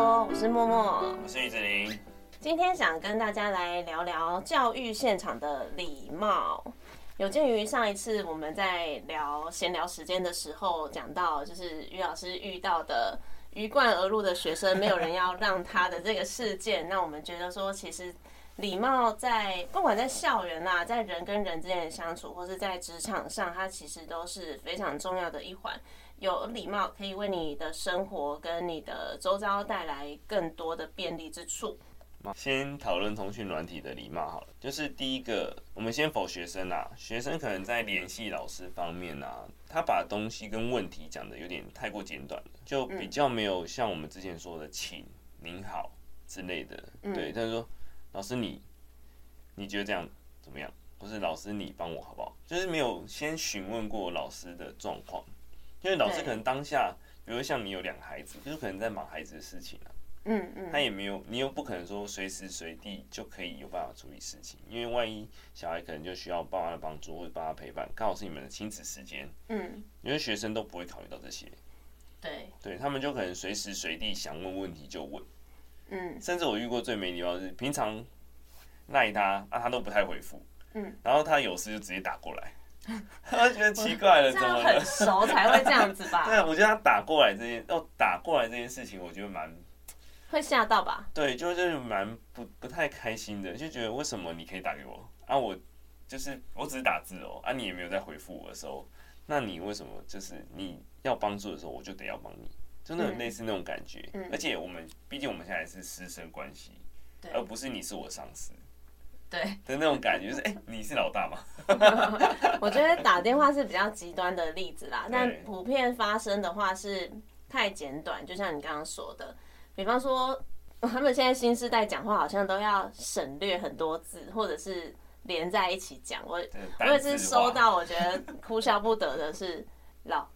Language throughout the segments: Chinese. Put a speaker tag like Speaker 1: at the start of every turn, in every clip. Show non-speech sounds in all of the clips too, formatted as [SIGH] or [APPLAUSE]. Speaker 1: 默默，
Speaker 2: 我是玉子林。
Speaker 1: 今天想跟大家来聊聊教育现场的礼貌。有鉴于上一次我们在聊闲聊时间的时候，讲到就是于老师遇到的鱼贯而入的学生，没有人要让他的这个事件，那我们觉得说，其实礼貌在不管在校园啦、在人跟人之间的相处，或是在职场上，它其实都是非常重要的一环。有礼貌可以为你的生活跟你的周遭带来更多的便利之处。
Speaker 2: 先讨论通讯软体的礼貌好了，就是第一个，我们先否学生啦、学生可能在联系老师方面啊，他把东西跟问题讲的有点太过简短了，就比较没有像我们之前说的“请”“您好”之类的。对，他就说：“老师你，你觉得这样怎么样？”或是“老师你帮我好不好？”就是没有先询问过老师的状况，因为老师
Speaker 1: 对
Speaker 2: 可能当下，比如像你有两个孩子，就是可能在忙孩子的事情啊。
Speaker 1: 嗯嗯，
Speaker 2: 他也没有，你又不可能说随时随地就可以有办法处理事情，因为万一小孩可能就需要爸妈的帮助或者爸妈陪伴，刚好是你们的亲子时间，
Speaker 1: 嗯，
Speaker 2: 因为学生都不会考虑到这些，
Speaker 1: 对，
Speaker 2: 对他们就可能随时随地想问问题就问，
Speaker 1: 嗯
Speaker 2: 甚至我遇过最没礼貌的是，平常赖他啊他都不太回复， [LAUGHS]
Speaker 1: 嗯，
Speaker 2: 然后他有事就直接打过来，他就觉得奇怪了，
Speaker 1: 这
Speaker 2: 怎
Speaker 1: 样
Speaker 2: 么
Speaker 1: 很
Speaker 2: 了？
Speaker 1: 熟才会这样子吧？
Speaker 2: [LAUGHS] 对，我觉得他打过来这件，哦，打过来这件事情，我觉得蛮
Speaker 1: 会吓到吧？
Speaker 2: 对，就是蛮不不太开心的，就觉得为什么你可以打给我啊？我就是我只是打字哦，啊，你也没有在回复我的时候，那你为什么就是你要帮助的时候，我就得要帮你，真的很
Speaker 1: 嗯
Speaker 2: 类似那种感觉。
Speaker 1: 嗯
Speaker 2: 而且我们毕竟我们现在是师生关系，
Speaker 1: 对
Speaker 2: 而不是你是我上司
Speaker 1: 对，
Speaker 2: 的那种感觉，就是哎、你是老大吗？
Speaker 1: 我觉得打电话是比较极端的例子啦，但
Speaker 2: 对
Speaker 1: 普遍发生的话是太简短，就像你刚刚说的，比方说他们现在新时代讲话好像都要省略很多字，或者是连在一起讲，我
Speaker 2: 就是
Speaker 1: 我
Speaker 2: 单
Speaker 1: 也
Speaker 2: 字
Speaker 1: 是
Speaker 2: 化
Speaker 1: 收到，我觉得哭笑不得的是，老，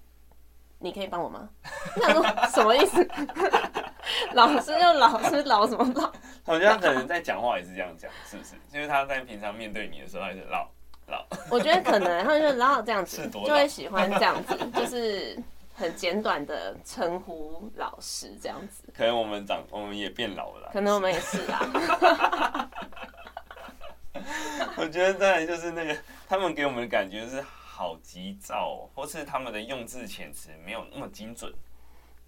Speaker 1: 你可以帮我吗？ [LAUGHS] 那说什么意思？ [LAUGHS] 老师就老师老什么老？
Speaker 2: 好像
Speaker 1: [LAUGHS]
Speaker 2: 可能在讲话也是这样讲，是不是？就是他在平常面对你的时候，他也是老老，
Speaker 1: 我觉得可能他们就老这样子
Speaker 2: 是，多
Speaker 1: 就
Speaker 2: 老
Speaker 1: 会喜欢这样子，就是很简短的称呼老师这样子。
Speaker 2: 可能我们长我们也变老了啦，
Speaker 1: 可能我们也是啊啦，
Speaker 2: [LAUGHS] 我觉得当然就是那个他们给我们的感觉是好急躁、哦，或是他们的用字遣词没有那么精准。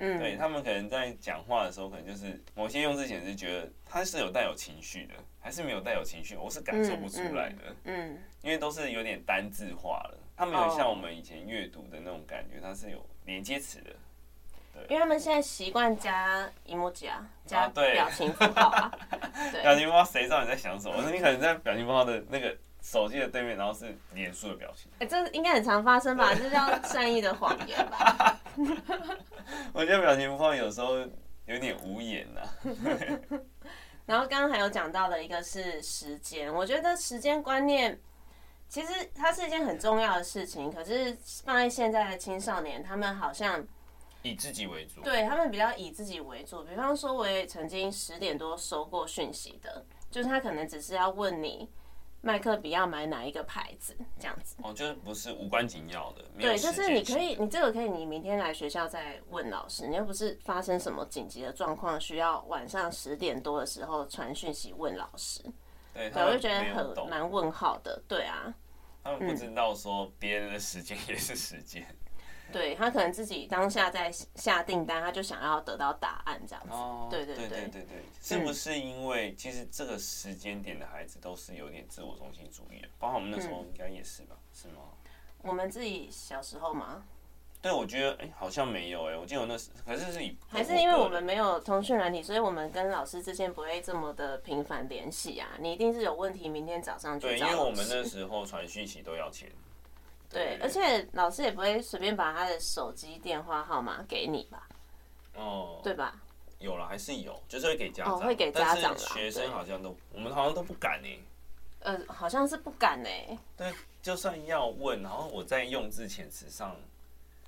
Speaker 1: 嗯，
Speaker 2: 对他们可能在讲话的时候，可能就是某些用字遣词，觉得他是有带有情绪的，还是没有带有情绪，我是感受不出来的，
Speaker 1: 嗯，
Speaker 2: 因为都是有点单字化了。他没
Speaker 1: 哦
Speaker 2: 有像我们以前阅读的那种感觉，它是有连接词的。
Speaker 1: 因为他们现在习惯加 emoji 啊，加
Speaker 2: 啊对
Speaker 1: 表情符号
Speaker 2: [LAUGHS]
Speaker 1: 啊，
Speaker 2: 表
Speaker 1: 对，
Speaker 2: 情包谁知道你在想什么？你可能在表情包的那个手机的对面，然后是脸书的表情。
Speaker 1: 哎，这应该很常发生吧？这叫善意的谎言吧？
Speaker 2: 我觉得表情包有时候有点无言啊呐、
Speaker 1: 然后刚刚还有讲到的一个是时间，我觉得时间观念其实它是一件很重要的事情，可是放在现在的青少年，他们好像
Speaker 2: 以自己为主。
Speaker 1: 对他们比较以自己为主。比方说，我也曾经十点多收过讯息的，就是他可能只是要问你麦克笔要买哪一个牌子这样子。
Speaker 2: 哦，就是不是无关紧要的，没有
Speaker 1: 对，就
Speaker 2: 时间
Speaker 1: 是你
Speaker 2: 性
Speaker 1: 可以，你这个可以，你明天来学校再问老师。你又不是发生什么紧急的状况，需要晚上十点多的时候传讯息问老师。
Speaker 2: 对，
Speaker 1: 对，
Speaker 2: 他
Speaker 1: 我
Speaker 2: 们
Speaker 1: 就觉得
Speaker 2: 没有
Speaker 1: 很
Speaker 2: 懂，
Speaker 1: 蛮问号的。对啊，
Speaker 2: 他们不知道说别人的时间 [LAUGHS] 也是时间。
Speaker 1: 对他可能自己当下在下订单，他就想要得到答案这样子。[LAUGHS]
Speaker 2: 哦
Speaker 1: 对对
Speaker 2: 对
Speaker 1: 对嗯
Speaker 2: 对对对，是不是因为其实这个时间点的孩子都是有点自我中心主义的，包括我们那时
Speaker 1: 嗯
Speaker 2: 候应该也是吧？是吗？
Speaker 1: 我们自己小时候嘛，
Speaker 2: 对，我觉得哎、好像没有哎、我记得我那时可是是以
Speaker 1: 还是因为我们没有通讯软体，所以我们跟老师之间不会这么的频繁联系啊。你一定是有问题，明天早上去
Speaker 2: 对，因
Speaker 1: 找
Speaker 2: 为
Speaker 1: 老
Speaker 2: 我们
Speaker 1: 师。 [LAUGHS]
Speaker 2: 那时候传讯息都要钱。
Speaker 1: 对，而且老师也不会随便把他的手机电话号码给你吧，
Speaker 2: 哦，
Speaker 1: 对吧？
Speaker 2: 有了还是有，就是会给家
Speaker 1: 哦
Speaker 2: 长，
Speaker 1: 会给
Speaker 2: 但
Speaker 1: 家
Speaker 2: 是
Speaker 1: 长啦
Speaker 2: 学生
Speaker 1: 对
Speaker 2: 好像都我们好像都不敢哎、
Speaker 1: 呃，好像是不敢呢、欸
Speaker 2: 但就算要问，然后我在用字遣词上，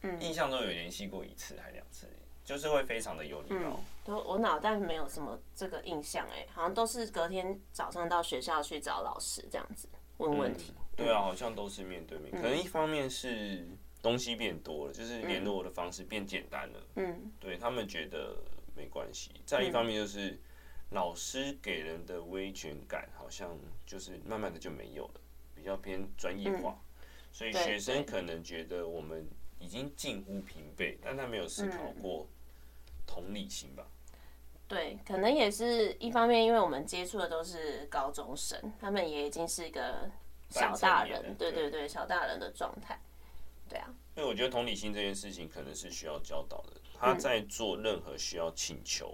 Speaker 1: 嗯
Speaker 2: 印象中有联系过一次还两次，就是会非常的有礼
Speaker 1: 嗯
Speaker 2: 貌。，
Speaker 1: 都我脑袋没有什么这个印象哎、好像都是隔天早上到学校去找老师这样子问问题。
Speaker 2: 对啊，好像都是面对面，
Speaker 1: 嗯
Speaker 2: 可能一方面是东西变多了，就是联络的方式变简单了，
Speaker 1: 嗯
Speaker 2: 对他们觉得没关系。再一方面就是老师给人的威权感，好像就是慢慢的就没有了，比较偏专业化，
Speaker 1: 嗯
Speaker 2: 所以
Speaker 1: 对
Speaker 2: 学生
Speaker 1: 对
Speaker 2: 可能觉得我们已经近乎平辈，但他没有思考过同理心吧。
Speaker 1: 对，可能也是一方面，因为我们接触的都是高中生，他们也已经是一个小大
Speaker 2: 半成年
Speaker 1: 人
Speaker 2: 了，
Speaker 1: 对
Speaker 2: 对
Speaker 1: 对对，小大人的状态。对啊，
Speaker 2: 因为我觉得同理心这件事情可能是需要教导的。他在做任何需要请求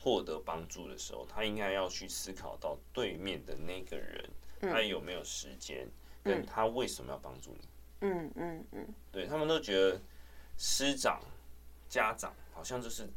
Speaker 2: 获得帮助的时候，他应该要去思考到对面的那个人，他有没有时间，跟他为什么要帮助你。
Speaker 1: 嗯嗯嗯，
Speaker 2: 对他们都觉得师长、家长好像就是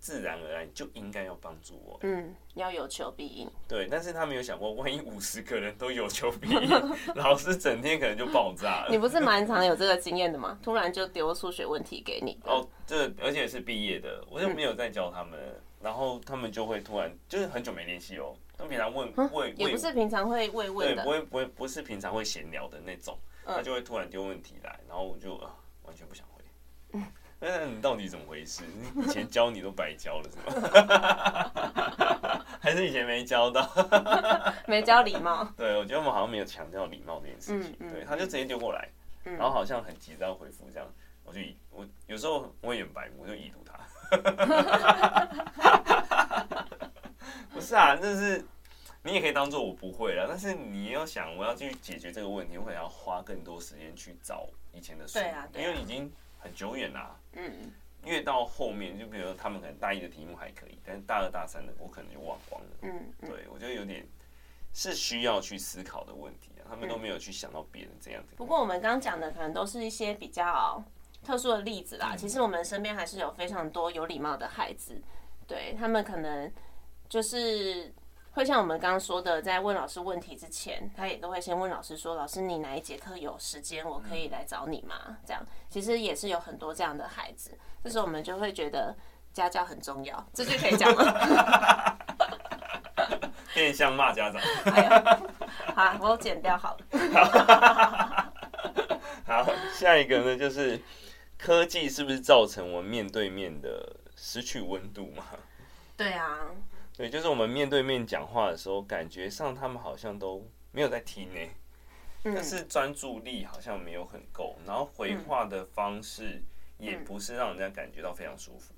Speaker 2: 自然而然就应该要帮助我。
Speaker 1: 嗯，要有求必应。
Speaker 2: [LAUGHS] 对，但是他没有想过，万一五十个人都有求必应， [LAUGHS] 老师整天可能就爆炸了。
Speaker 1: 你不是蛮常有这个经验的吗？突然就丢数学问题给你的。
Speaker 2: 哦，这而且是毕业的，我就没有在教他们，然后他们就会突然就是很久没联系哦，他们平常问问
Speaker 1: 啊也
Speaker 2: 问
Speaker 1: 不是平常会慰
Speaker 2: 对，
Speaker 1: 问
Speaker 2: 不
Speaker 1: 的，嗯
Speaker 2: 会不会不是平常会闲聊的那种，他就会突然丢问题来，然后我就、啊完全不想回。
Speaker 1: 嗯
Speaker 2: 那你到底怎么回事？你以前教你都白教了是吗？ [LAUGHS] 还是以前没教到？ [LAUGHS]
Speaker 1: 没教礼貌。
Speaker 2: 对，我觉得我们好像没有强调礼貌这件事情。
Speaker 1: 嗯嗯
Speaker 2: 对，他就直接丢过来，
Speaker 1: 嗯
Speaker 2: 然后好像很急着要回复这样，我就已我有时候我也很白目，我就已读他。 [LAUGHS] 不是啊，那是你也可以当做我不会了，但是你要想我要去解决这个问题，我可能要花更多时间去找以前的书，
Speaker 1: 对啊对啊
Speaker 2: 因为已经很久远啦。
Speaker 1: 嗯，
Speaker 2: 越到后面，就比如说他们可能大一的题目还可以，但是大二大三的我可能就忘光了。
Speaker 1: 嗯嗯，
Speaker 2: 对，我觉得有点是需要去思考的问题啊，他们都没有去想到别人这样子。
Speaker 1: 嗯不过我们刚刚讲的可能都是一些比较特殊的例子啦。
Speaker 2: 嗯
Speaker 1: 其实我们身边还是有非常多有礼貌的孩子，对他们可能就是会像我们刚刚说的，在问老师问题之前，他也都会先问老师说：“老师，你哪一节课有时间，我可以来找你吗？”这样其实也是有很多这样的孩子，这时候我们就会觉得。家教很重要，这句可以讲吗？
Speaker 2: 变相骂家长，
Speaker 1: [LAUGHS] 好啊，我剪掉好了。
Speaker 2: 好，下一个呢就是科技是不是造成我们面对面的失去温度嘛？
Speaker 1: 对啊，
Speaker 2: 对，就是我们面对面讲话的时候，感觉上他们好像都没有在听呢、
Speaker 1: 嗯
Speaker 2: 但是专注力好像没有很够，然后回话的方式也
Speaker 1: 嗯
Speaker 2: 不是让人家感觉到非常舒服。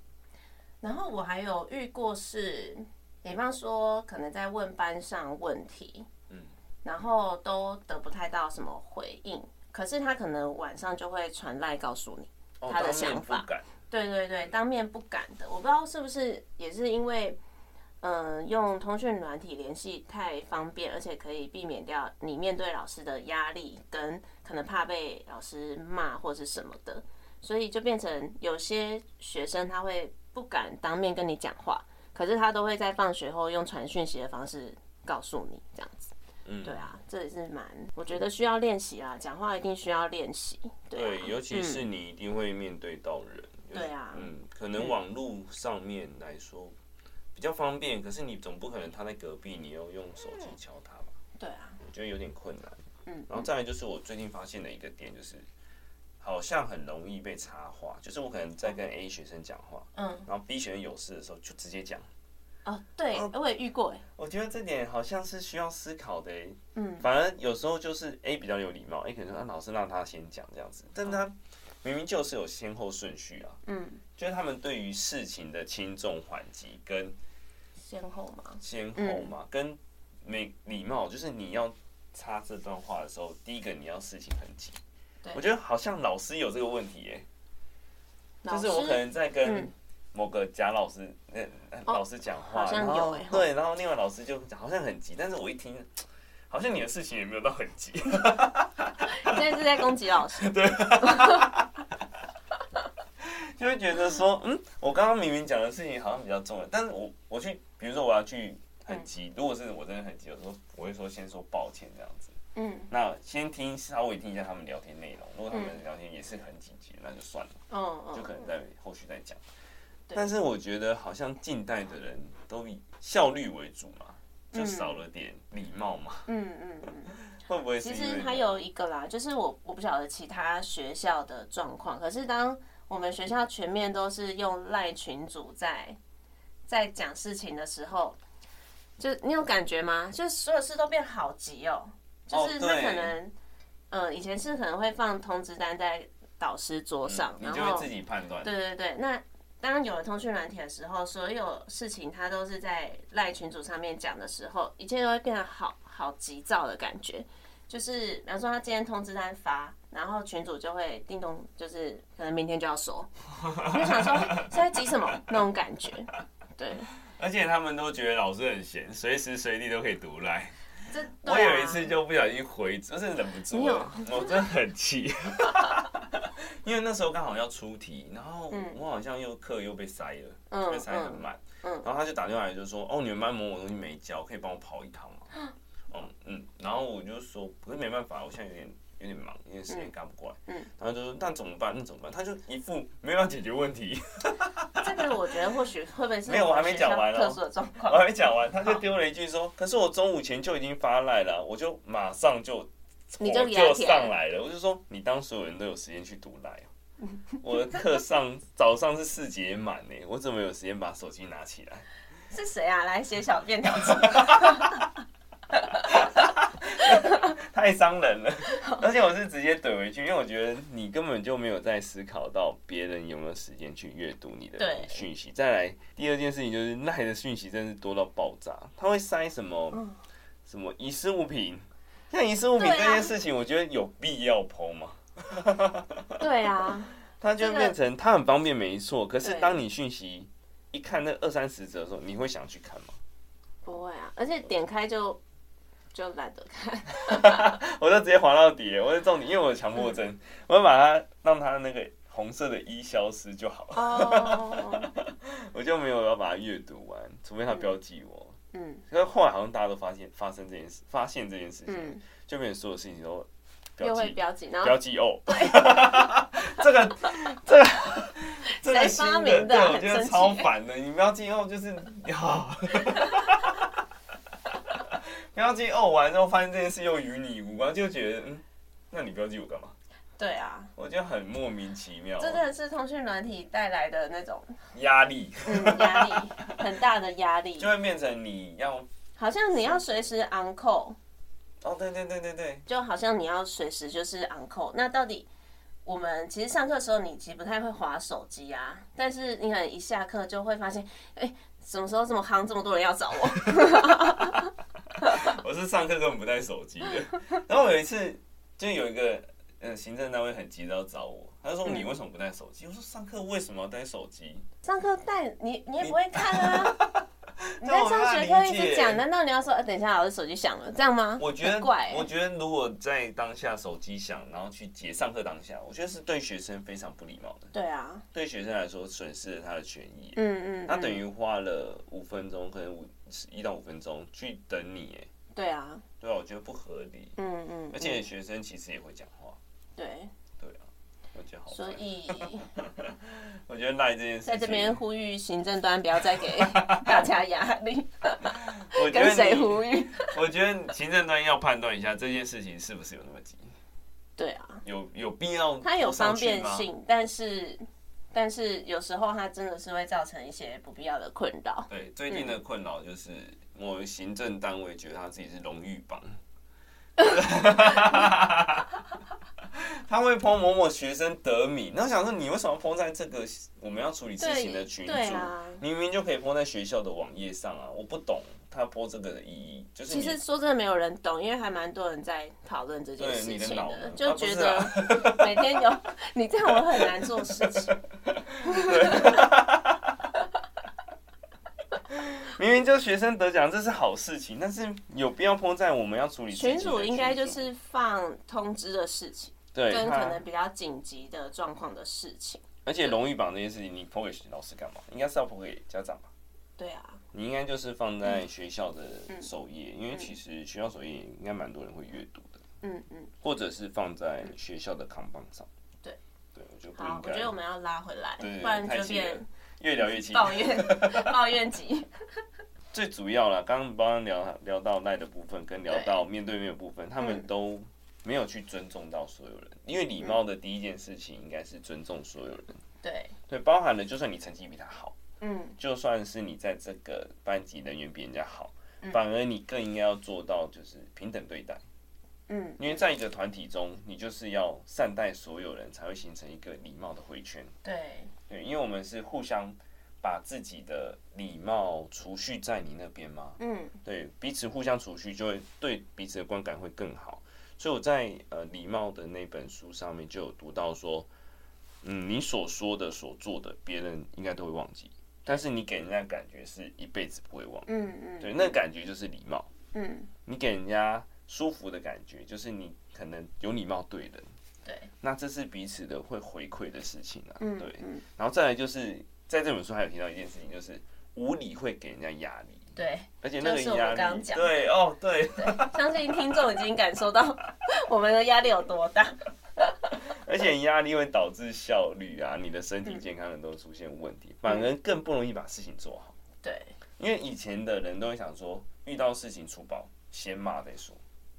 Speaker 1: 然后我还有遇过是，比方说可能在问班上问题，
Speaker 2: 嗯
Speaker 1: 然后都得不太到什么回应，可是他可能晚上就会传赖告诉你，
Speaker 2: 哦，
Speaker 1: 他的
Speaker 2: 当面
Speaker 1: 想法
Speaker 2: 不敢，
Speaker 1: 对对对，当面不敢的，我不知道是不是也是因为。嗯，用通讯软体联系太方便，而且可以避免掉你面对老师的压力，跟可能怕被老师骂或是什么的，所以就变成有些学生他会不敢当面跟你讲话，可是他都会在放学后用传讯息的方式告诉你这样子。
Speaker 2: 嗯
Speaker 1: 对啊，这也是蛮，我觉得需要练习啊，讲话一定需要练习。对
Speaker 2: 对
Speaker 1: 啊，，
Speaker 2: 尤其
Speaker 1: 嗯
Speaker 2: 是你一定会面对到人。就是
Speaker 1: 对啊
Speaker 2: 嗯，可能网络上面来说比较方便，可是你总不可能他在隔壁，你又用手机敲他吧？
Speaker 1: 嗯对啊，
Speaker 2: 我觉得有点困难。
Speaker 1: 嗯
Speaker 2: 然后再来就是我最近发现的一个点，就是好像很容易被插话，就是我可能在跟 A 学生讲话，
Speaker 1: 嗯，
Speaker 2: 然后 B 学生有事的时候就直接讲。
Speaker 1: 哦，对，我也遇过哎，
Speaker 2: 我觉得这点好像是需要思考的、欸，
Speaker 1: 嗯，
Speaker 2: 反而有时候就是 A 比较有礼貌，A 可能说啊老师让他先讲这样子，
Speaker 1: 哦
Speaker 2: 但他明明就是有先后顺序啊，
Speaker 1: 嗯，
Speaker 2: 就是他们对于事情的轻重缓急跟
Speaker 1: 先后嘛，
Speaker 2: 先后嘛，
Speaker 1: 嗯
Speaker 2: 跟没礼貌，就是你要插这段话的时候，第一个你要事情很急
Speaker 1: 对。
Speaker 2: 我觉得好像老师有这个问题欸耶、
Speaker 1: 老
Speaker 2: 就
Speaker 1: 师
Speaker 2: 是我可能在跟
Speaker 1: 嗯
Speaker 2: 某个贾老师、那、呃
Speaker 1: 哦
Speaker 2: 老师讲话，
Speaker 1: 好像
Speaker 2: 然后
Speaker 1: 有欸哦耶
Speaker 2: 对，然后另外老师就好像很急，但是我一听，好像你的事情也没有到很急， [LAUGHS]
Speaker 1: 你现在是在攻击老师，
Speaker 2: 就会觉得说，嗯，我刚刚明明讲的事情好像比较重要，但是我我去，比如说我要去很
Speaker 1: 嗯
Speaker 2: 急，如果是我真的很急，有时候我会说先说抱歉这样子，
Speaker 1: 嗯，
Speaker 2: 那先听稍微听一下他们聊天内容，如果他们聊天也是很紧急，那就算了，
Speaker 1: 嗯嗯，
Speaker 2: 就可能在后续再讲。
Speaker 1: 对
Speaker 2: 但是我觉得好像近代的人都以效率为主嘛，就
Speaker 1: 嗯
Speaker 2: 少了点礼貌嘛，
Speaker 1: 嗯嗯嗯。
Speaker 2: 会不会
Speaker 1: 其
Speaker 2: 是因为
Speaker 1: 实
Speaker 2: 这样？
Speaker 1: 还有一个啦，就是我我不晓得其他学校的状况，可是当我们学校全面都是用赖群组在在讲事情的时候，就你有感觉吗？就是所有事都变好急哦，就是
Speaker 2: 哦
Speaker 1: 他
Speaker 2: 对
Speaker 1: 可能，呃，以前是可能会放通知单在导师桌上，
Speaker 2: 嗯你
Speaker 1: 然
Speaker 2: 就会
Speaker 1: 后
Speaker 2: 自己判断。
Speaker 1: 对对对，那当有了通讯软体的时候，所有事情它都是在赖群组上面讲的时候，一切都会变得好好急躁的感觉。就是比方说他今天通知单发，然后群主就会叮咚，就是可能明天就要
Speaker 2: [LAUGHS]
Speaker 1: 收，你就想说是在急什么那种感觉。对，
Speaker 2: 而且他们都觉得老师很闲，随时随地都可以读来。
Speaker 1: 这、
Speaker 2: [LAUGHS] 我
Speaker 1: 对啊
Speaker 2: 有一次就不小心回，真是忍不
Speaker 1: 你
Speaker 2: 住
Speaker 1: 有
Speaker 2: 了，我真的很气。 [LAUGHS] 因为那时候刚好要出题，然后我好像又课又被塞了，
Speaker 1: 嗯
Speaker 2: 被塞很满。
Speaker 1: 嗯嗯
Speaker 2: 然后他就打电话来就说：“哦，你们班某某东西没交，可以帮我跑一趟吗？”嗯嗯，然后我就说：“可是没办法，我现在有点有点忙，有点时间赶不过来。”
Speaker 1: 嗯
Speaker 2: 嗯，然后就说：“那怎么办？那怎么办？”他就一副没有要解决问题， [LAUGHS]
Speaker 1: 这个我觉得或许会不会是
Speaker 2: 没有我还没
Speaker 1: 学校
Speaker 2: 讲完哦
Speaker 1: 特殊的状
Speaker 2: 我
Speaker 1: 况？
Speaker 2: 还没讲完，他就丢了一句说：“可是我中午前就已经发赖了，我就马上就
Speaker 1: 你就
Speaker 2: 我
Speaker 1: 给他
Speaker 2: 就
Speaker 1: 填
Speaker 2: 上来了。”我就说：“你当所有人都有时间去读赖哦？我的课上早上是四节满呢，我怎么有时间把手机拿起来？
Speaker 1: 是谁啊？来写小便
Speaker 2: [LAUGHS]
Speaker 1: 条纸？
Speaker 2: [LAUGHS] 太伤人了。而且我是直接怼回去，因为我觉得你根本就没有在思考到别人有没有时间去阅读你的
Speaker 1: 对
Speaker 2: 讯息。再来，第二件事情就是赖的讯息真是多到爆炸，他会塞什么、
Speaker 1: 嗯
Speaker 2: 什么遗失物品。像遗失物品
Speaker 1: 对
Speaker 2: 这
Speaker 1: 啊
Speaker 2: 件事情，我觉得有必要剖吗？
Speaker 1: 对啊，
Speaker 2: 它就
Speaker 1: 这个
Speaker 2: 变成它很方便，没错。可是
Speaker 1: 对
Speaker 2: 当你讯息一看那二三十则的时候，你会想去看吗？ [LAUGHS]
Speaker 1: 不会啊，而且点开就就懒得看。
Speaker 2: 我就直接滑到底，我就重点，因为我有强迫
Speaker 1: 嗯
Speaker 2: 症，我就把它让它那个红色的一消失就好了。
Speaker 1: 哦，
Speaker 2: 我就没有要把它阅读完，除非他标记我。
Speaker 1: [LAUGHS] 嗯
Speaker 2: 可是后来好像大家都发现发生这件事，发现这件事情，
Speaker 1: 嗯，
Speaker 2: 就变成所有事情都标
Speaker 1: 又会
Speaker 2: 记
Speaker 1: 标记，然后
Speaker 2: 标记哦。 [LAUGHS] 这个这个这个
Speaker 1: 谁
Speaker 2: 新
Speaker 1: 发明的
Speaker 2: 对
Speaker 1: 啊
Speaker 2: 我觉
Speaker 1: 很
Speaker 2: 得
Speaker 1: 神奇
Speaker 2: 超烦的。你标记哦，就是啊。 [LAUGHS] 标记哦完之后，发现这件事又与你无关，就觉得嗯，那你标记我干嘛？
Speaker 1: 对啊，
Speaker 2: 我觉得很莫名其妙，
Speaker 1: 这真的是通讯软体带来的那种
Speaker 2: 压力
Speaker 1: 嗯压力，很大的压力
Speaker 2: 就，会变成你要
Speaker 1: 好像你要随时 on call，
Speaker 2: 哦，对对对对对，
Speaker 1: 就好像你要随时就是 on call。那到底我们其实上课的时候，你其实不太会划手机啊，但是你可能一下课就会发现，哎、什么时候这么夯，这么多人要找我？ [LAUGHS]
Speaker 2: 我是上课根本不带手机的。 [LAUGHS] 然后有一次，就有一个呃行政单位很急着要找我，他就说
Speaker 1: 嗯
Speaker 2: 你为什么不带手机？我说上课为什么要带手机？
Speaker 1: 上课带你，你也不会看啊。你在
Speaker 2: 那我没
Speaker 1: 上
Speaker 2: [LAUGHS] 办法
Speaker 1: 学课一
Speaker 2: 理
Speaker 1: 直
Speaker 2: 解
Speaker 1: 讲，难道你要说，呃，等一下老师手机响了，这样吗？
Speaker 2: 我觉得
Speaker 1: 很怪欸、
Speaker 2: 我觉得如果在当下手机响，然后去接上课当下，我觉得是对学生非常不礼貌的，
Speaker 1: 对啊，
Speaker 2: 对学生来说损失了他的权益。
Speaker 1: 嗯嗯，
Speaker 2: 他
Speaker 1: 嗯
Speaker 2: 等于花了五分钟，可能五一到五分钟去等你，哎，
Speaker 1: 对啊，
Speaker 2: 对啊，我觉得不合理。
Speaker 1: 嗯嗯，
Speaker 2: 而且
Speaker 1: 嗯
Speaker 2: 学生其实也会讲话，
Speaker 1: 对，
Speaker 2: 对啊，我觉得好
Speaker 1: 所
Speaker 2: 烦。 [LAUGHS]
Speaker 1: 以
Speaker 2: 我觉得赖这件事情，
Speaker 1: 在这边呼吁行政端不要再
Speaker 2: [LAUGHS]
Speaker 1: 给大家压力，
Speaker 2: 我觉得
Speaker 1: 跟谁
Speaker 2: 你
Speaker 1: 呼吁？
Speaker 2: 我觉得行政端要判断一下这件事情是不是有那么急，
Speaker 1: 对啊，
Speaker 2: 有有必要
Speaker 1: 它有
Speaker 2: 拖上
Speaker 1: 方
Speaker 2: 去
Speaker 1: 便
Speaker 2: 吗。
Speaker 1: 性，但是但是有时候它真的是会造成一些不必要的困扰。
Speaker 2: 对，最近的困扰就是某行政单位觉得他自己是荣誉
Speaker 1: [LAUGHS]
Speaker 2: 榜，他会抨某某学生得名，那我想说你为什么要抨在这个我们要处理事情的群
Speaker 1: 对
Speaker 2: 组？
Speaker 1: 对啊，
Speaker 2: 你明明就可以抨在学校的网页上啊！我不懂他抨这个的意义，就是
Speaker 1: 其
Speaker 2: 你
Speaker 1: 实说真的，没有人懂，因为还蛮多人在讨论这件
Speaker 2: 对
Speaker 1: 事
Speaker 2: 你的
Speaker 1: 情
Speaker 2: 脑呢
Speaker 1: 就
Speaker 2: 啊不
Speaker 1: 觉
Speaker 2: 是
Speaker 1: 得每天有 [LAUGHS] 你这样，我很难做事
Speaker 2: [LAUGHS]
Speaker 1: 情。
Speaker 2: 明明就学生得奖，这是好事情，但是有必要抨在我们要处理事情
Speaker 1: 群
Speaker 2: 的
Speaker 1: 主应该就
Speaker 2: 群组
Speaker 1: 是放通知的事情，
Speaker 2: 对，
Speaker 1: 跟可
Speaker 2: 他
Speaker 1: 能比较紧急的状况的事情。
Speaker 2: 而且荣誉榜这件事情，你抛给老师干嘛？应该是要抛给家长吧？
Speaker 1: 对啊，
Speaker 2: 你应该就是放
Speaker 1: 嗯
Speaker 2: 在学校的首页，因为其实学校首页应该蛮多人会阅读的，
Speaker 1: 嗯嗯，
Speaker 2: 或者是放在学校的扛棒上。
Speaker 1: 对，
Speaker 2: 对，我就不
Speaker 1: 好
Speaker 2: 应，
Speaker 1: 我觉得我
Speaker 2: 该
Speaker 1: 们要拉回来，
Speaker 2: 对
Speaker 1: 不然
Speaker 2: 太
Speaker 1: 就
Speaker 2: 气了
Speaker 1: 变
Speaker 2: 越聊越气。
Speaker 1: 抱怨
Speaker 2: [LAUGHS]
Speaker 1: 抱怨级。
Speaker 2: 最主要了，刚刚帮聊聊到赖的部分，跟聊
Speaker 1: 对
Speaker 2: 到面对面的部分，他们
Speaker 1: 嗯
Speaker 2: 都没有去尊重到所有人，因为礼貌的第一件事情应该是尊重所有人， [LAUGHS]
Speaker 1: 对，
Speaker 2: 对，包含了就算你成绩比他好，
Speaker 1: 嗯，
Speaker 2: 就算是你在这个班级人缘比人家好
Speaker 1: 嗯，
Speaker 2: 反而你更应该要做到就是平等对待，
Speaker 1: 嗯，
Speaker 2: 因为在一个团体中，你就是要善待所有人，才会形成一个礼貌的回圈。
Speaker 1: 对，
Speaker 2: 对，因为我们是互相把自己的礼貌储蓄在你那边嘛，
Speaker 1: 嗯，
Speaker 2: 对，彼此互相储蓄，就会对彼此的观感会更好。所以我在呃礼貌的那本书上面就有读到说，嗯，你所说的、所做的，别人应该都会忘记，但是你给人家的感觉是一辈子不会忘。
Speaker 1: 嗯，嗯，
Speaker 2: 对，那感觉就是礼貌，
Speaker 1: 嗯，
Speaker 2: 你给人家舒服的感觉，就是你可能有礼貌对人。
Speaker 1: 对，
Speaker 2: 那这是彼此的会回馈的事情啊。
Speaker 1: 嗯，
Speaker 2: 对，
Speaker 1: 嗯，
Speaker 2: 然后再来就是在这本书还有提到一件事情，就是无理会给人家压力，
Speaker 1: 对，
Speaker 2: 而且那个
Speaker 1: 就是我们
Speaker 2: 压力，
Speaker 1: 刚刚讲的
Speaker 2: 对哦，对，
Speaker 1: 相信听众已经感受到 [LAUGHS] 我们的压力有多大。
Speaker 2: 而且压力会导致效率啊，你的身
Speaker 1: 嗯
Speaker 2: 体健康很多出现问题，反而更不容易把事情做好。 [LAUGHS]
Speaker 1: 对，
Speaker 2: 因为以前的人都会想说，遇到事情出包先骂再说。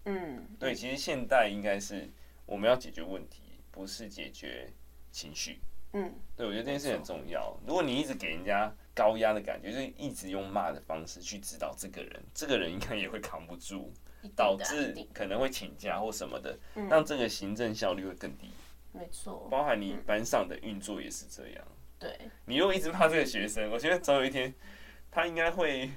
Speaker 1: 嗯，
Speaker 2: 对，其实现代应该是我们要解决问题，不是解决情绪。
Speaker 1: 嗯，
Speaker 2: 对，我觉得这件事很重要。如果你一直给人家高压的感觉，就是一直用骂的方式去指导这个人，这个人应该也会扛不住，
Speaker 1: 一定的
Speaker 2: 导
Speaker 1: 一
Speaker 2: 致
Speaker 1: 定
Speaker 2: 可能会请假或什么的，
Speaker 1: 嗯
Speaker 2: 让这个行政效率会更低。
Speaker 1: 没错，
Speaker 2: 包含你班上的运作也是这样。
Speaker 1: 对，
Speaker 2: 你如果一直骂这个学生，我觉得总有一天他应该会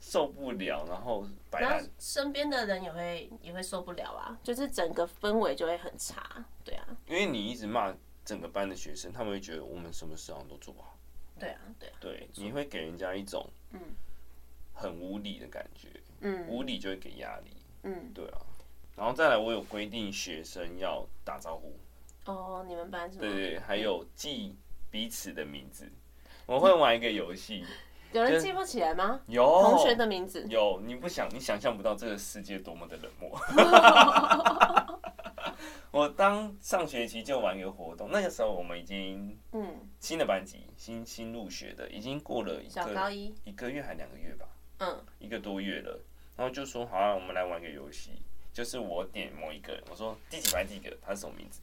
Speaker 2: 受不了，然后摆
Speaker 1: 然
Speaker 2: 烂
Speaker 1: 后。身边的人也会也会受不了啊，就是整个氛围就会很差。对啊，
Speaker 2: 因为你一直骂整个班的学生，他们会觉得我们什么事好像都做不好。
Speaker 1: 对啊，对啊，
Speaker 2: 对，你会给人家一种
Speaker 1: 嗯
Speaker 2: 很无理的感觉，
Speaker 1: 嗯
Speaker 2: 无理就会给压力。
Speaker 1: 嗯，
Speaker 2: 对啊，然后再来，我有规定学生要打招呼，
Speaker 1: 哦，你们班是
Speaker 2: 对
Speaker 1: 吗？
Speaker 2: 对，还有记彼此的名字。
Speaker 1: 嗯
Speaker 2: 我会玩一个游戏，
Speaker 1: 有人
Speaker 2: 就是
Speaker 1: 记不起来吗？
Speaker 2: 有
Speaker 1: 同学的名字，
Speaker 2: 哦有，你不想，你想象不到这个世界多么的冷漠。 [LAUGHS] 我当上学期就玩一个活动，那个时候我们已经
Speaker 1: 嗯，
Speaker 2: 新的班级，新新入学的，已经过了一
Speaker 1: 小高
Speaker 2: 个
Speaker 1: 一，
Speaker 2: 一个月还两个月吧，
Speaker 1: 嗯
Speaker 2: 一个多月了。然后就说好、啊，我们来玩个游戏，就是我点某一个人，我说第几排第几个，他是什么名字？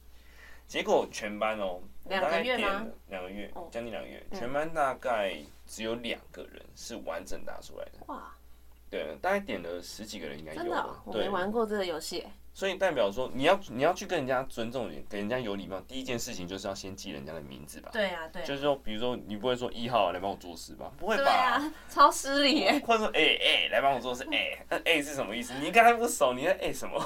Speaker 2: 结果全班哦，我
Speaker 1: 两个
Speaker 2: 大概
Speaker 1: 月
Speaker 2: 点
Speaker 1: 吗
Speaker 2: 了两个月
Speaker 1: 哦，
Speaker 2: 将近两个月，
Speaker 1: 嗯
Speaker 2: 全班大概只有两个人是完整答出来的。
Speaker 1: 哇，
Speaker 2: 对，大概点了十几个人应哎该有
Speaker 1: 真的哦
Speaker 2: 了，，
Speaker 1: 我
Speaker 2: 对
Speaker 1: 没，玩过这个游戏欸。
Speaker 2: 所以代表说你要你要去跟人家尊重人，给人家有礼貌，第一件事情就是要先记人家的名字吧。
Speaker 1: 对啊，对啊，
Speaker 2: 就是说，比如说你不会说一号啊来帮我做事吧？不会
Speaker 1: 对
Speaker 2: 吧？
Speaker 1: 啊， [LAUGHS] 超失礼耶。
Speaker 2: [LAUGHS] 或者说哎哎、来帮我做事，哎、那哎、是什么意思？你跟他不熟，你在哎、什么？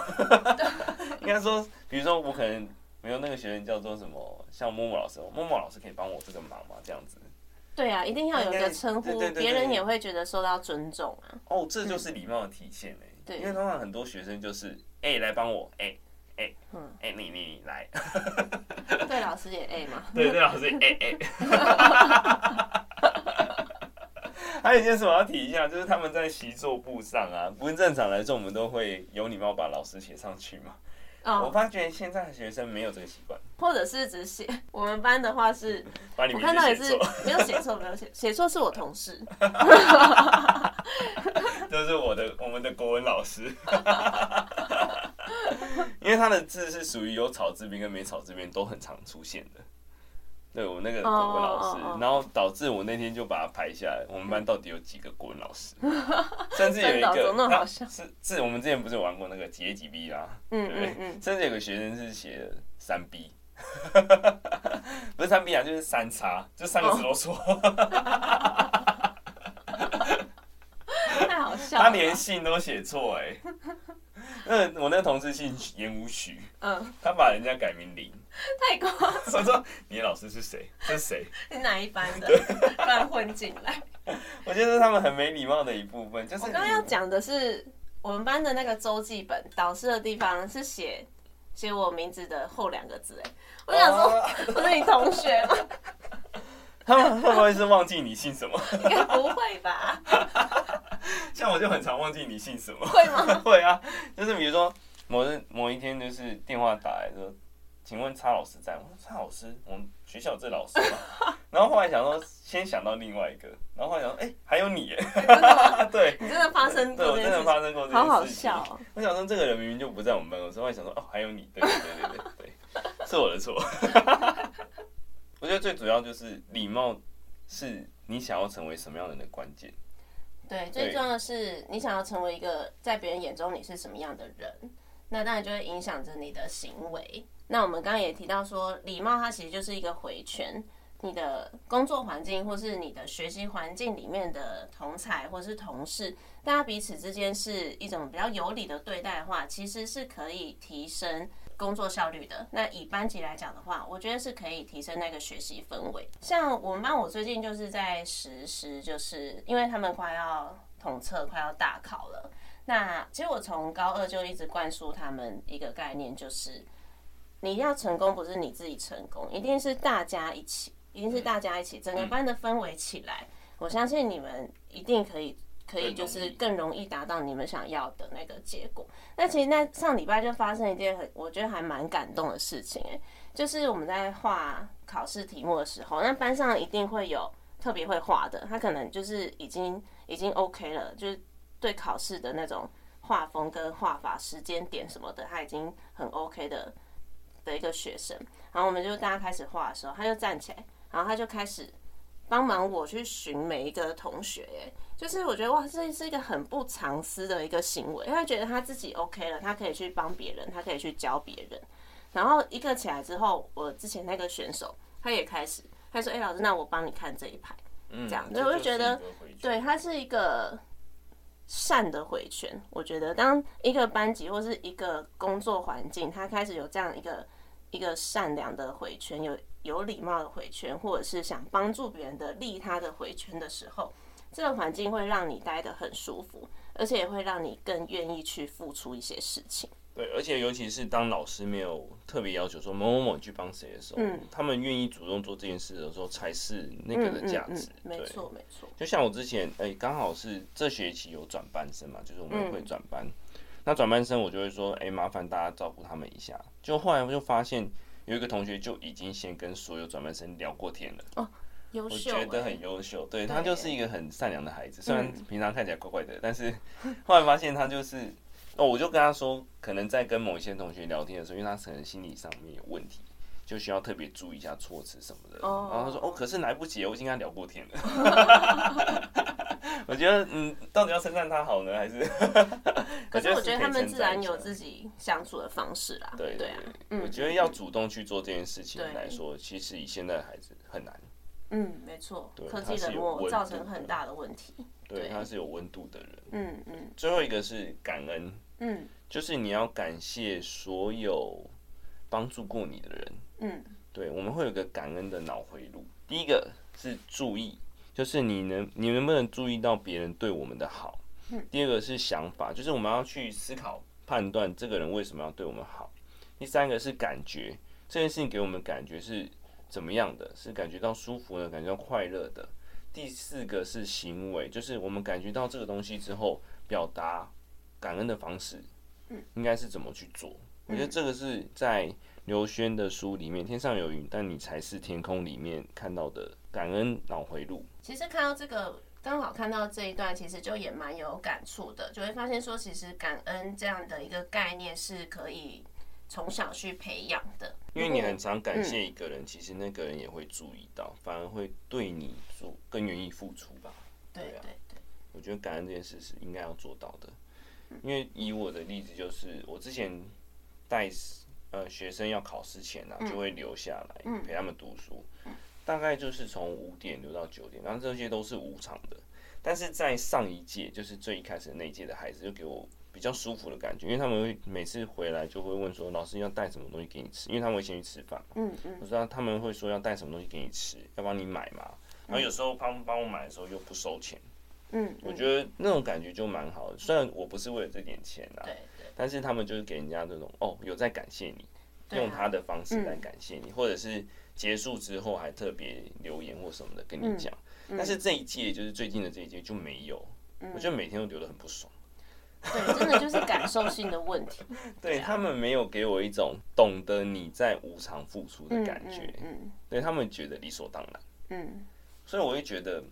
Speaker 2: [LAUGHS] 应该说，比如说我可能没有那个学生叫做什么，像默默老师，哦默默老师可以帮我这个忙吗？这样子。
Speaker 1: 对啊，一定要有一个称呼
Speaker 2: 对对，对对
Speaker 1: 别人也会觉得受到尊重
Speaker 2: [LAUGHS]
Speaker 1: 啊。
Speaker 2: 哦，这就是礼貌的体现哎、
Speaker 1: 对
Speaker 2: 因为通常很多学生就是哎、来帮我，哎、
Speaker 1: 嗯，
Speaker 2: 哎、你你你
Speaker 1: [LAUGHS]
Speaker 2: 来，
Speaker 1: 对老师也 A 嘛。
Speaker 2: 对对，老师，哎、哎。 [LAUGHS] 还有一件事我要提一下，就是他们在习作簿上啊，不是正常来说我们都会有礼貌把老师写上去嘛。我
Speaker 1: 哦，
Speaker 2: 发觉现在的学生没有这个习惯，
Speaker 1: 或者是只写 [LAUGHS] 我们班的话是，
Speaker 2: 把你
Speaker 1: 我
Speaker 2: 名
Speaker 1: 看到也
Speaker 2: 字
Speaker 1: 是
Speaker 2: 写错，
Speaker 1: [LAUGHS] 没有写错，没有写写错是我同事。
Speaker 2: 就是我的我们的国文老师， [LAUGHS] 因为他的字是属于有草字边跟没草字边都很常出现的。对我那个国文老师
Speaker 1: 哦哦哦
Speaker 2: 然后导致我那天就把它排下来。我们班到底有几个国文
Speaker 1: [LAUGHS]
Speaker 2: 老师？甚至有一
Speaker 1: 真的哦
Speaker 2: 个
Speaker 1: 怎么那么好
Speaker 2: 他
Speaker 1: 笑
Speaker 2: 是是我们之前不是有玩过那个几 A 几 B 啦，
Speaker 1: 嗯
Speaker 2: 对不对
Speaker 1: 嗯？嗯， [LAUGHS]
Speaker 2: 甚至有个学生是写了三 B，不是三 B 啊，就是三叉，就三个字都错。
Speaker 1: 太好笑了。
Speaker 2: 他连姓都写错哎。 [LAUGHS] 那我那个同事姓严无许，
Speaker 1: 嗯， [LAUGHS]
Speaker 2: 他把人家改名林。 [LAUGHS]
Speaker 1: 太夸张，
Speaker 2: 我说你的老师是谁？ [LAUGHS] 这是谁？
Speaker 1: 你哪一班的？ [LAUGHS] 乱混进来。
Speaker 2: 我觉得是他们很没礼貌的一部分，就是
Speaker 1: 我
Speaker 2: 你
Speaker 1: 刚刚要讲的是，我们班的那个周记本导师的地方是写写我名字的后两个字，哎，我想说，
Speaker 2: 哦
Speaker 1: 不是你同学吗？ [LAUGHS]
Speaker 2: 他们会不会是忘记你姓什么？ [LAUGHS]
Speaker 1: 应该不会吧？
Speaker 2: 像我就很常忘记你姓什么。 [LAUGHS]
Speaker 1: 会吗？
Speaker 2: 会啊，就是比如说某日某一天，就是电话打来说，请问叉老师在吗？我说叉老师，我们学校有这老师吗？ [LAUGHS] 然后后来想说，先想到另外一个，然后后来想说，哎、还有你耶， [LAUGHS] 对，
Speaker 1: 你真的发生
Speaker 2: 对
Speaker 1: 过
Speaker 2: 我
Speaker 1: 这件
Speaker 2: 真
Speaker 1: 事
Speaker 2: 的
Speaker 1: 情，
Speaker 2: 发生过这件
Speaker 1: 好
Speaker 2: 事情。
Speaker 1: 好笑哦。
Speaker 2: 我想说，这个人明明就不在我们办公室，后来想说，哦，还有你，对对对对对，
Speaker 1: [LAUGHS]
Speaker 2: 对是我的错。 [LAUGHS] 我觉得最主要就是礼貌是你想要成为什么样的人的关键。
Speaker 1: 对，最重要的是你想要成为一个在别人眼中你是什么样的人，那当然就会影响着你的行为。那我们刚刚也提到说，礼貌它其实就是一个回圈，你的工作环境或是你的学习环境里面的同才或是同事，大家彼此之间是一种比较有理的对待的话，其实是可以提升工作效率的。那以班级来讲的话，我觉得是可以提升那个学习氛围。像我们班，我最近就是在实施，就是因为他们快要统测、快要大考了。那其实我从高二就一直灌输他们一个概念，就是你要成功，不是你自己成功，一定是大家一起，一定是大家一起，整个班的氛围起来，我相信你们一定可以，可以就是更容易达到你们想要的那个结果。那其实那上礼拜就发生一件很，我觉得还蛮感动的事情、哎，就是我们在画考试题目的时候，那班上一定会有特别会画的，他可能就是已经已经 OK 了，就是对考试的那种画风跟画法、时间点什么的，他已经很 OK 的的一个学生。然后我们就大家开始画的时候，他就站起来，然后他就开始帮忙我去寻每一个同学、哎，就是我觉得哇，这是一个很不藏私的一个行为。他觉得他自己 OK 了，他可以去帮别人，他可以去教别人。然后一个起来之后，我之前那个选手他也开始，他说：“哎、老师，那我帮你看这一排。”
Speaker 2: 嗯，
Speaker 1: 这样
Speaker 2: 这
Speaker 1: 我就
Speaker 2: 就
Speaker 1: 觉
Speaker 2: 是
Speaker 1: 得
Speaker 2: 一个回圈
Speaker 1: 对，它是一个善的回圈。我觉得，当一个班级或是一个工作环境，它开始有这样一个一个善良的回圈，有有礼貌的回圈，或者是想帮助别人的利他的回圈的时候，这个环境会让你待得很舒服，而且也会让你更愿意去付出一些事情。
Speaker 2: 对，而且尤其是当老师没有特别要求说某某某去帮谁的时候，
Speaker 1: 嗯
Speaker 2: 他们愿意主动做这件事的时候，才是那个的价值。
Speaker 1: 嗯没
Speaker 2: 对，
Speaker 1: 错，没错。
Speaker 2: 就像我之前，哎、刚好是这学期有转班生嘛，就是我们
Speaker 1: 嗯
Speaker 2: 会转班。那转班生我就会说，哎、麻烦大家照顾他们一下。就后来我就发现有一个同学就已经先跟所有转班生聊过天了，
Speaker 1: 优
Speaker 2: 我
Speaker 1: 秀、
Speaker 2: 觉得
Speaker 1: 欸，
Speaker 2: 很优秀。
Speaker 1: 对
Speaker 2: 对
Speaker 1: 嗯
Speaker 2: 他就是一个很善良的孩子，虽然平常看起来怪怪的，但是 [LAUGHS] 后来发现他就是。哦，我就跟他说，可能在跟某一些同学聊天的时候，因为他可能心理上面有问题，就需要特别注意一下措辞什么的。
Speaker 1: 哦
Speaker 2: 然后他说：“哦，可是来不及了，我已经跟他聊过天了。”
Speaker 1: [LAUGHS]
Speaker 2: 我觉得，嗯，到底要称赞他好呢，还是？
Speaker 1: 可是我觉得
Speaker 2: 可以
Speaker 1: 他们
Speaker 2: 称
Speaker 1: 自
Speaker 2: 赞
Speaker 1: 然
Speaker 2: 一
Speaker 1: 有
Speaker 2: 下
Speaker 1: 自己相处的方式啦。
Speaker 2: 对
Speaker 1: 对啊，
Speaker 2: 对我觉得要主动去做这件事情
Speaker 1: 对
Speaker 2: 来说，其实以现在的孩子很难。
Speaker 1: 嗯，没错
Speaker 2: 对，
Speaker 1: 科
Speaker 2: 它
Speaker 1: 技
Speaker 2: 是
Speaker 1: 冷
Speaker 2: 有温
Speaker 1: 漠
Speaker 2: 度
Speaker 1: 造成
Speaker 2: 的
Speaker 1: 很大的问题。
Speaker 2: 对，
Speaker 1: 对
Speaker 2: 他是有温度的人。
Speaker 1: 嗯嗯
Speaker 2: 最后一个是感恩，
Speaker 1: 嗯
Speaker 2: 就是你要感谢所有帮助过你的人。
Speaker 1: 嗯
Speaker 2: 对，我们会有一个感恩的脑回路。第一个是注意，就是你能你能不能注意到别人对我们的好。第二个是想法，就是我们要去思考判断这个人为什么要对我们好。第三个是感觉，这件事情给我们感觉是怎么样的？是感觉到舒服呢，感觉到快乐的。第四个是行为，就是我们感觉到这个东西之后，表达感恩的方式，应该是怎么去做？我觉得这个是在刘轩的书里面，《天上有云，但你才是天空》里面看到的感恩脑回路。
Speaker 1: 其实看到这个，刚好看到这一段，其实就也蛮有感触的，就会发现说，其实感恩这样的一个概念是可以从小去培养的，
Speaker 2: 因为你很
Speaker 1: 如果
Speaker 2: 常感谢一个人，其实那个人也会注意到，反而会对你做更愿意付出吧。
Speaker 1: 对
Speaker 2: 对啊
Speaker 1: 对对，
Speaker 2: 我觉得感恩这件事是应该要做到的，因为以我的例子就是，我之前带呃学生要考试前呢、啊，就会留下来陪他们读书，大概就是从五点留到九点，然后这些都是无偿的。但是在上一届，就是最一开始的那一届的孩子，就给我比较舒服的感觉，因为他们会每次回来就会问说，老师要带什么东西给你吃，因为他们会先去吃饭嘛。
Speaker 1: 嗯嗯
Speaker 2: 我知道他们会说要带什么东西给你吃，要帮你买嘛。然后有时候帮帮我买的时候又不收钱。
Speaker 1: 嗯，
Speaker 2: 我
Speaker 1: 嗯
Speaker 2: 觉得那种感觉就蛮好的。虽然我不是为了这点钱啊，
Speaker 1: 对对
Speaker 2: 但是他们就是给人家这种哦，有在感谢你，
Speaker 1: 对啊
Speaker 2: 用他的方式来感谢你，或者是结束之后还特别留言或什么的跟
Speaker 1: 嗯
Speaker 2: 你讲。但是这一届就是最近的这一届就没有，我觉得每天都流得很不爽。
Speaker 1: 嗯对，真的就是感受性的问题，
Speaker 2: 对他们没有给我 [LAUGHS] 一种懂得你在无偿付出的
Speaker 1: 嗯
Speaker 2: 感觉，
Speaker 1: 嗯嗯
Speaker 2: 对他们觉得理所当然。
Speaker 1: 嗯
Speaker 2: 所以我会觉得，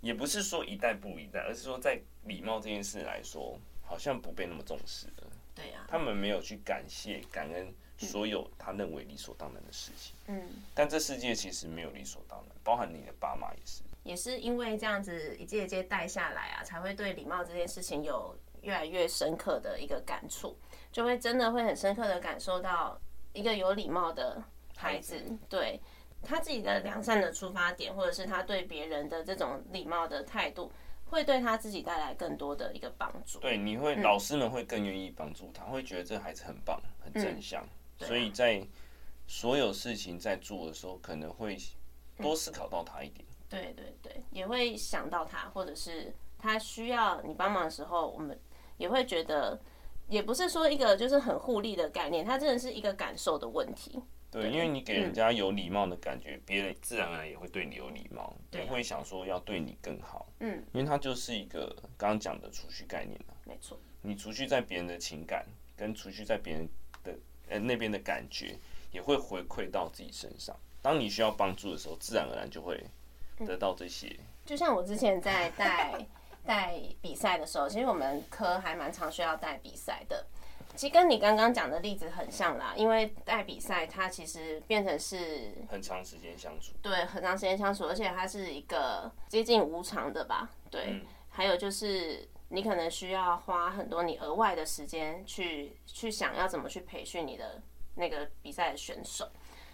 Speaker 2: 也不是说一代不一代，而是说在礼貌这件事来说，好像不被那么重视了。
Speaker 1: 对啊呀、
Speaker 2: 他们没有去感谢、感恩所有他认为理所当然的事情。
Speaker 1: 嗯，
Speaker 2: 但这世界其实没有理所当然，包含你的爸妈也是。
Speaker 1: 也是因为这样子一届一届带下来啊，才会对礼貌这件事情有越来越深刻的一个感触，就会真的会很深刻的感受到一个有礼貌的孩子
Speaker 2: 孩子，
Speaker 1: 对他自己的良善的出发点，或者是他对别人的这种礼貌的态度，会对他自己带来更多的一个帮助。
Speaker 2: 对，你会、老师们会更愿意帮助他，会觉得这孩子很棒、很正向，
Speaker 1: 嗯啊
Speaker 2: 所以在所有事情在做的时候，可能会多思考到他一点。
Speaker 1: 对对对，也会想到他，或者是他需要你帮忙的时候，我们也会觉得，也不是说一个就是很互利的概念，它真的是一个感受的问题。
Speaker 2: 对，因为你给人家有礼貌的感觉，别、人自然而然也会对你有礼貌，
Speaker 1: 对啊
Speaker 2: 也会想说要对你更好。
Speaker 1: 嗯，
Speaker 2: 因为它就是一个刚刚讲的储蓄概念啊，
Speaker 1: 没错，
Speaker 2: 你储蓄在别人的情感，跟储蓄在别人的呃那边的感觉，也会回馈到自己身上。当你需要帮助的时候，自然而然就会
Speaker 1: 嗯
Speaker 2: 得到这些。
Speaker 1: 就像我之前在带带比赛的时候，其实我们科还蛮常需要带比赛的。其实跟你刚刚讲的例子很像啦，因为带比赛它其实变成是
Speaker 2: 很长时间相处，
Speaker 1: 对很长时间相处，而且它是一个接近无偿的吧？对，
Speaker 2: 嗯
Speaker 1: 还有就是你可能需要花很多你额外的时间去去想要怎么去培训你的那个比赛的选手，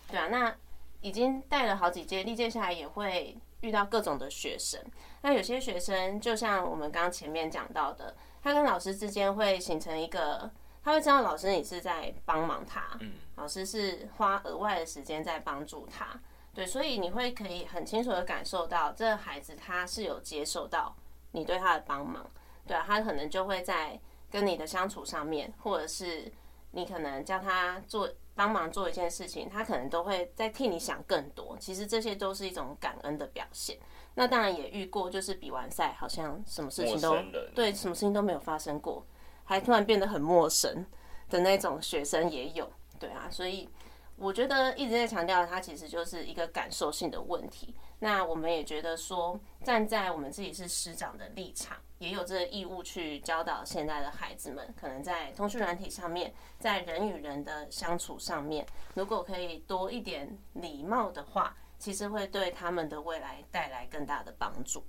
Speaker 1: 对啊，那已经带了好几届，历届下来也会遇到各种的学生。那有些学生就像我们刚刚前面讲到的，他跟老师之间会形成一个，他会知道老师你是在帮忙他，
Speaker 2: 嗯
Speaker 1: 老师是花额外的时间在帮助他。对，所以你会可以很清楚的感受到，这个孩子他是有接受到你对他的帮忙，对啊，他可能就会在跟你的相处上面，或者是你可能叫他做帮忙做一件事情，他可能都会在替你想更多。其实这些都是一种感恩的表现。那当然也遇过，就是比完赛好像什么事情
Speaker 2: 陌
Speaker 1: 都
Speaker 2: 生人
Speaker 1: 对，什么事情都没有发生过，还突然变得很陌生的那种学生也有，对啊，所以我觉得一直在强调，它其实就是一个感受性的问题。那我们也觉得说，站在我们自己是师长的立场，也有这个义务去教导现在的孩子们，可能在通讯软体上面，在人与人的相处上面，如果可以多一点礼貌的话，其实会对他们的未来带来更大的帮助。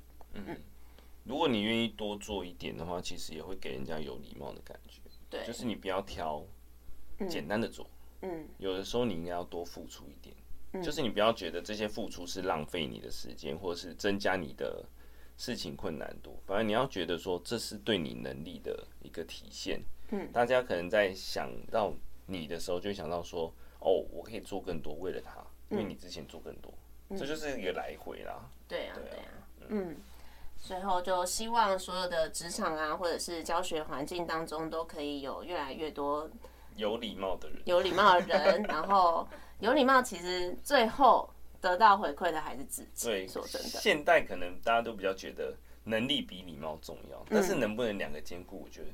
Speaker 2: 如果你愿意多做一点的话，其实也会给人家有礼貌的感觉。
Speaker 1: 对
Speaker 2: 就是你不要挑简单的做，
Speaker 1: 嗯，
Speaker 2: 有的时候你应该要多付出一点。就是你不要觉得这些付出是浪费你的时间，或者是增加你的事情困难度，反而你要觉得说这是对你能力的一个体现。嗯，大家可能在想到你的时候，就会想到说，哦，我可以做更多，为了他，因为你之前做更多，这就是一个来回啦。
Speaker 1: 对啊，对
Speaker 2: 对
Speaker 1: 啊，嗯。最后就希望所有的职场啊，或者是教学环境当中，都可以有越来越多
Speaker 2: 有礼貌的人。
Speaker 1: 有礼貌的人，然后有礼貌，其实最后得到回馈的还是自己。
Speaker 2: 对，
Speaker 1: 说真的，
Speaker 2: 现代可能大家都比较觉得能力比礼貌重要，但是能不能两个兼顾，我觉得，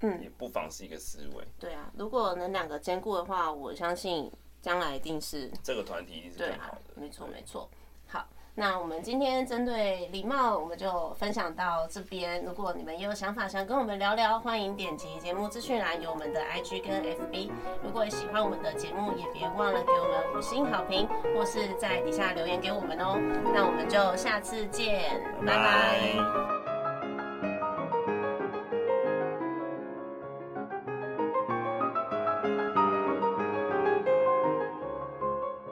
Speaker 1: 嗯
Speaker 2: 也不妨是一个思维。
Speaker 1: 对啊，如果能两个兼顾的话，我相信将来一定是
Speaker 2: 这个团体一定是
Speaker 1: 对
Speaker 2: 更
Speaker 1: 啊
Speaker 2: 好，的。
Speaker 1: 没错
Speaker 2: 对
Speaker 1: 没错。好，那我们今天针对礼貌，我们就分享到这边。如果你们也有想法想跟我们聊聊，欢迎点击节目资讯栏有我们的 IG 跟 FB。如果喜欢我们的节目，也别忘了给我们五星好评，或是在底下留言给我们哦。那我们就下次见，拜拜
Speaker 2: 拜